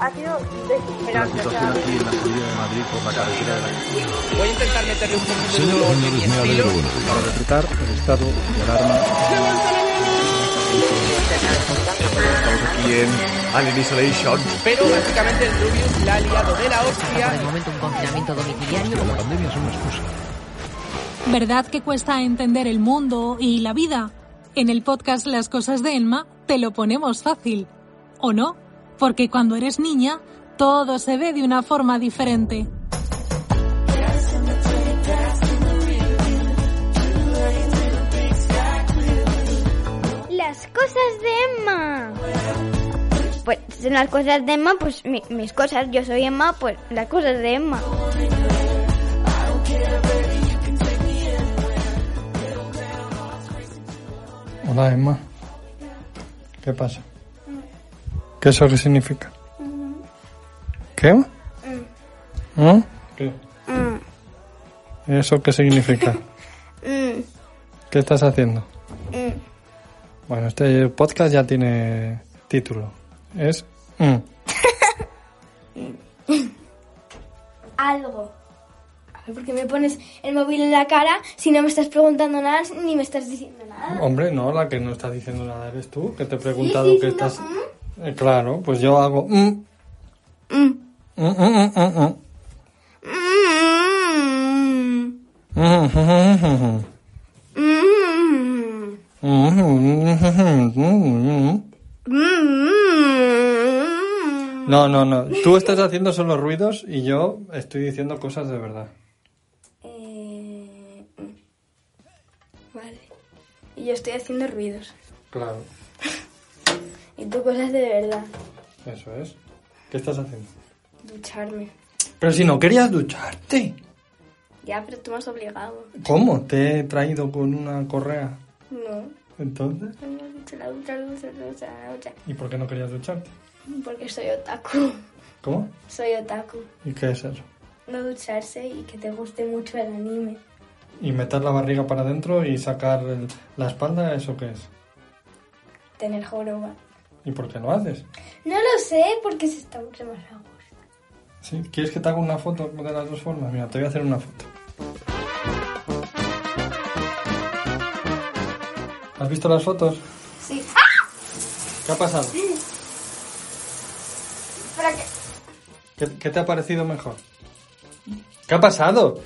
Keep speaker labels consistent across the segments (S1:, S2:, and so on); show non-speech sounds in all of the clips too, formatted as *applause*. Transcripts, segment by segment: S1: ha sido desesperante.
S2: La situación aquí en la salida de Madrid por la carretera de la
S3: Voy a intentar meterle un poquito de
S4: Señoras y
S3: humor y
S4: señores, me
S3: estilo.
S4: alegro.
S2: pues, Para decretar el estado de alarma. Estamos aquí en Alien Isolation.
S3: Pero básicamente el Rubius la ha liado de la
S5: Por el
S3: hostia.
S5: momento un confinamiento domiciliario.
S4: La pandemia es una excusa.
S6: ¿Verdad que cuesta entender el mundo y la vida? En el podcast Las cosas de Elma te lo ponemos fácil. ¿O no? Porque cuando eres niña, todo se ve de una forma diferente.
S7: Las cosas de Emma. Pues en las cosas de Emma, pues mi- mis cosas, yo soy Emma, pues las cosas de Emma.
S2: Hola, Emma. ¿Qué pasa? ¿Qué eso qué significa? ¿Qué? ¿Mm? ¿Qué?
S7: Mm,
S2: ¿Eso qué *laughs* significa?
S7: mm,
S2: ¿Qué estás haciendo?
S7: mm.
S2: Bueno, este podcast ya tiene título. Es... mm.
S8: algo. A ver, ¿por qué me pones el móvil en la cara si no me estás preguntando nada ni me estás diciendo nada?
S2: Hombre, no, la que no está diciendo nada eres tú, que te he
S8: Sí,
S2: preguntado
S8: sí,
S2: que
S8: sí, no, mm.
S2: estás... Eh, claro, pues yo hago... mm. Mm, mm, mm, mm, mm.
S7: Mm,
S2: Mm,
S7: mm,
S2: mm, mm, mm, mm.
S7: mm.
S2: No, no, no. Tú estás haciendo solo ruidos y yo estoy diciendo cosas de verdad.
S8: Eh, mm. Vale. Y yo estoy haciendo ruidos.
S2: Claro,
S8: Y tú cosas de verdad.
S2: eso es. ¿Qué estás haciendo?
S8: Ducharme.
S2: Pero si no querías ducharte.
S8: Ya, pero tú me has obligado.
S2: ¿Cómo? Te he traído con una correa.
S8: No.
S2: Entonces,
S8: No, ducha, la ducha, la ducha, la ducha, la ducha.
S2: ¿y por qué no querías ducharte?
S8: Porque soy otaku.
S2: ¿Cómo?
S8: Soy otaku.
S2: ¿Y qué es eso?
S8: No ducharse y que te guste mucho el anime.
S2: ¿Y meter la barriga para adentro y sacar el- la espalda? ¿Eso qué es?
S8: Tener joroba.
S2: ¿Y por qué lo haces?
S8: No lo sé porque se está mucho más a gusto.
S2: ¿Sí? ¿Quieres que te haga una foto de las dos formas? Mira, te voy a hacer una foto. ¿Has visto las fotos?
S8: Sí. ¡Ah!
S2: ¿Qué ha pasado?
S8: ¿Para qué?
S2: ¿Qué, qué te ha parecido mejor? ¿Qué ha pasado?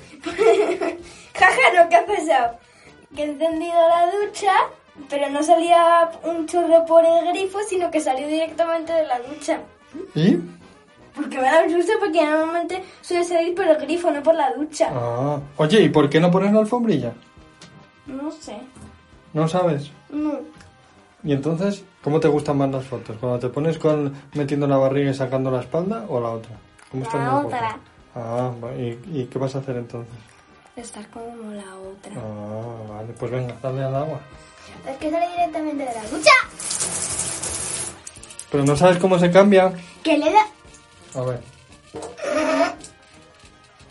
S8: Jaja, no, ¿qué ha pasado? Que he encendido la ducha, pero no salía un chorro por el grifo, sino que salió directamente de la ducha.
S2: ¿Y?
S8: Porque me da susto porque normalmente suele salir por el grifo, no por la ducha.
S2: Ah. Oye, ¿y por qué no pones la alfombrilla?
S8: No sé.
S2: No sabes.
S8: No.
S2: ¿Y entonces cómo te gustan más las fotos? ¿Cuando te pones con metiendo la barriga y sacando la espalda o la otra? ¿Cómo están
S8: La
S2: las
S8: otra.
S2: fotos? Ah, va- ¿y, ¿y qué vas a hacer entonces?
S8: Estar como la otra.
S2: Ah, vale, pues venga, dale al agua.
S8: Es que sale directamente de la ducha.
S2: Pero no sabes cómo se cambia.
S8: ¿Qué le da?
S2: A ver.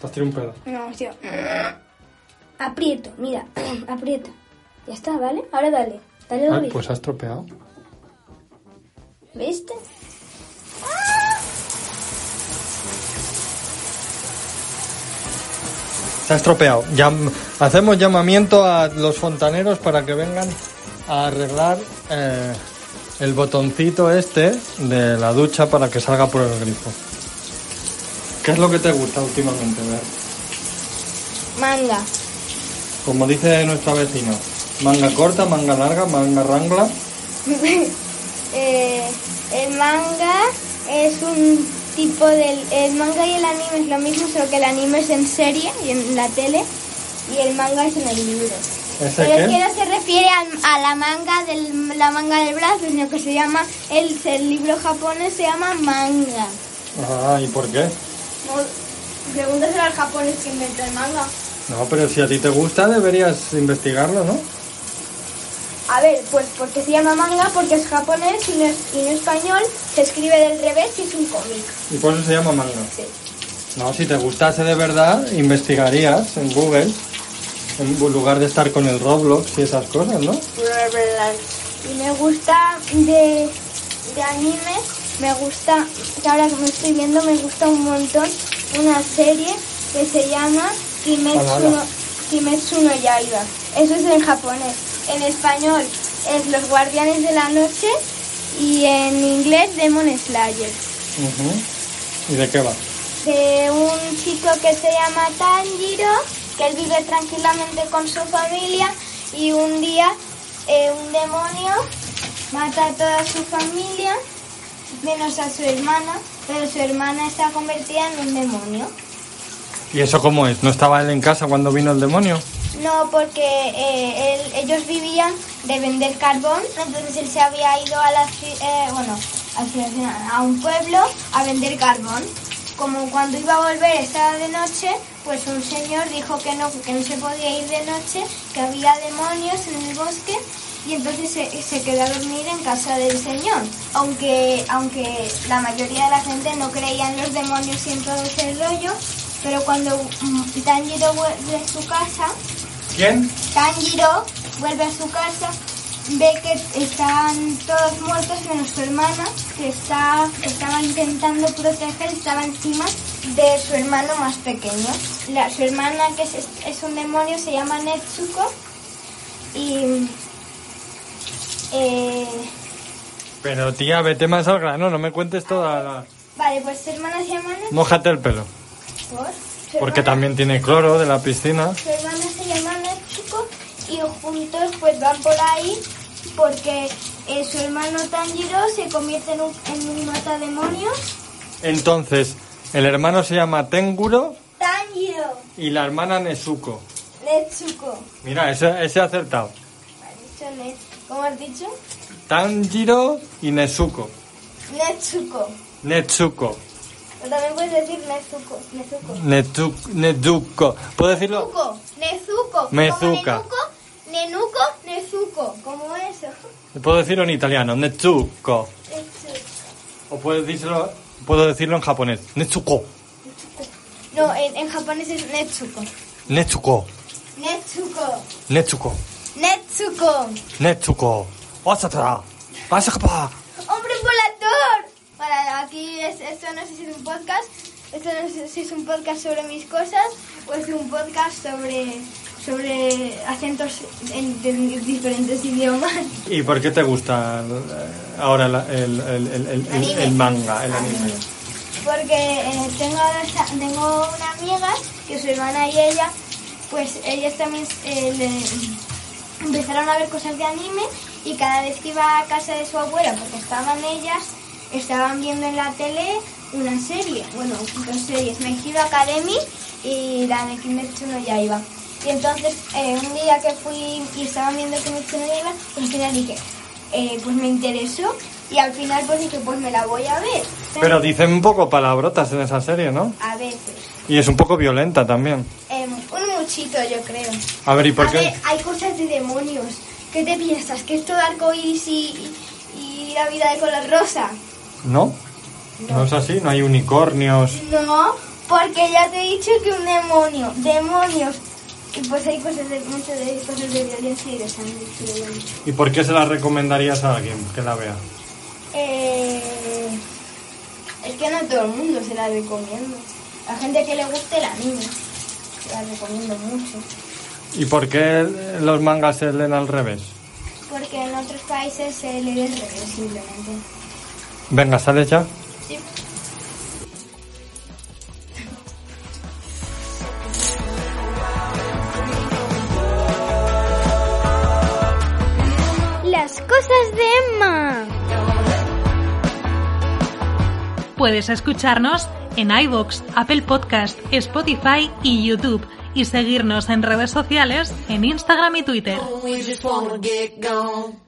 S2: Te has tirado un pedo.
S8: No, tío. Aprieto, mira, *clears throat* aprieta. Ya está, ¿vale? Ahora dale. Dale al
S2: Ah,
S8: grifo.
S2: pues has tropeado.
S8: ¿Viste?
S2: Se ha estropeado. Llam- hacemos llamamiento a los fontaneros para que vengan a arreglar eh, el botoncito este de la ducha para que salga por el grifo. ¿Qué es lo que te gusta últimamente, ver?
S8: Manga.
S2: Como dice nuestra vecina, manga corta, manga larga, manga rangla.
S7: *laughs* Eh, el manga es un tipo del... El manga y el anime es lo mismo, solo que el anime es en serie y en la tele y el manga es en el libro.
S2: ¿Ese
S7: Pero es que
S2: qué?
S7: no se refiere al- a, la manga del la manga del brazo, sino que se llama el, el libro japonés se llama manga.
S2: Ah, ¿y por qué?
S7: Pregúntaselo al japonés que inventó el manga.
S2: No, pero si a ti te gusta deberías investigarlo, ¿no?
S7: A ver, pues porque se llama manga porque es japonés y no, es- y no español, se escribe del revés y es un cómic.
S2: Y por eso se llama manga. No, si te gustase de verdad, investigarías en Google, en lugar de estar con el Roblox y esas cosas, ¿no?
S7: Y me gusta de, de anime, me gusta, que ahora que me estoy viendo, me gusta un montón una serie que se llama Kimetsu no,
S2: Palabra.
S7: Kimetsu no Yaiba. Eso es en japonés. En español es Los Guardianes de la Noche y en inglés Demon Slayer.
S2: Ujú. ¿Y de qué va?
S7: de un chico que se llama Tanjiro, que él vive tranquilamente con su familia y un día eh, un demonio mata a toda su familia, menos a su hermana, pero su hermana está convertida en un demonio.
S2: ¿Y eso cómo es? ¿No estaba él en casa cuando vino el demonio?
S7: No, porque eh, él- ellos vivían de vender carbón, entonces él se había ido a la ci- eh, bueno, hacia- a un pueblo a vender carbón. Como cuando iba a volver estaba de noche, pues un señor dijo que no, que no se podía ir de noche, que había demonios en el bosque y entonces se, se quedó a dormir en casa del señor. Aunque, aunque la mayoría de la gente no creía en los demonios y en todo ese rollo, pero cuando mm, Tanjiro vuelve a su casa,
S2: ¿Quién?
S7: Tanjiro vuelve a su casa, ve que están todos muertos menos su hermana, que está, que estaba intentando proteger, estaba encima de su hermano más pequeño. La- su hermana, que es, es un demonio, se llama Netsuko y... eh,
S2: Pero tía, vete más al grano, no me cuentes toda la...
S7: vale, pues su hermana se llama Netsuko.
S2: Mójate el pelo,
S7: su
S2: porque
S7: hermana-
S2: también tiene cloro de la piscina.
S7: su hermana se llama Natsuko y juntos pues van por ahí porque eh, su hermano Tanjiro se convierte en un, en un matademonios.
S2: Entonces, el hermano se llama Tenguro
S7: Tanjiro,
S2: y la hermana Nezuko.
S7: Netsuko.
S2: Mira, ese, ese ha acertado.
S7: Vale, eso no es- ¿Cómo has dicho?
S2: Tanjiro y Nezuko.
S7: Netsuko.
S2: Netsuko.
S7: O también puedes decir Nezuko. Nezuko.
S2: Netsuko. Nezuko. ¿Puedo decirlo?
S7: Nezuko. Nezuko.
S2: Mezuka.
S7: Como Nenuko, Nenuko, Nezuko. Como eso.
S2: Puedo decirlo en italiano. Netsuko.
S7: Netsuko.
S2: O puedo decirlo, puedo decirlo en japonés. Netsuko.
S7: No, en, en japonés es Netsuko.
S2: Netsuko.
S7: Netsuko.
S2: Netsuko.
S7: Netsuko.
S2: Netsuko. Osatra. Asakapa.
S7: ¡Hombre volador! Para aquí, es, esto no sé si es un podcast, esto no sé si es un podcast sobre mis cosas o es un podcast sobre, sobre acentos en, de diferentes idiomas.
S2: ¿Y por qué te gusta eh, ahora la- el, el- el- el- el-
S7: Anime.
S2: el manga, el anime?
S7: Porque eh, tengo, dos- tengo una amiga que su hermana y ella, pues ellas también eh, le- empezaron a ver cosas de anime y cada vez que iba a casa de su abuela, porque estaban ellas, estaban viendo en la tele una serie, bueno, dos series, My Hero Academy y la de Kimetsu no Yaiba. Y entonces eh, un día que fui y estaban viendo Kimetsu no Yaiba, pues al final dije, eh, pues me interesó y al final pues dije, pues me la voy a ver.
S2: Pero dicen un poco palabrotas en esa serie, ¿no?
S7: A veces.
S2: Y es un poco violenta también.
S7: Em, un muchito, yo creo.
S2: A ver, ¿y por
S7: a
S2: qué?
S7: ver, hay cosas de demonios. ¿Qué te piensas? ¿Que es todo arcoíris y, y la vida de color rosa?
S2: ¿No? No es así, no hay unicornios.
S7: No, porque ya te he dicho que un demonio, demonios. Y pues hay cosas de, muchas de cosas de violencia y de sangre. y de violencia.
S2: ¿Y por qué se la recomendarías a alguien que la vea?
S7: Eh, es que no a todo el mundo se la recomiendo. A gente que le guste la anime, se la recomiendo mucho.
S2: ¿Y por qué los mangas se leen al revés?
S7: Porque en otros países se lee al revés, simplemente.
S2: Venga, sale ya.
S7: Sí.
S8: Las cosas de Emma.
S6: Puedes escucharnos en iVoox, Apple Podcast, Spotify y YouTube y seguirnos en redes sociales en Instagram y Twitter.
S1: We just wanna get gone.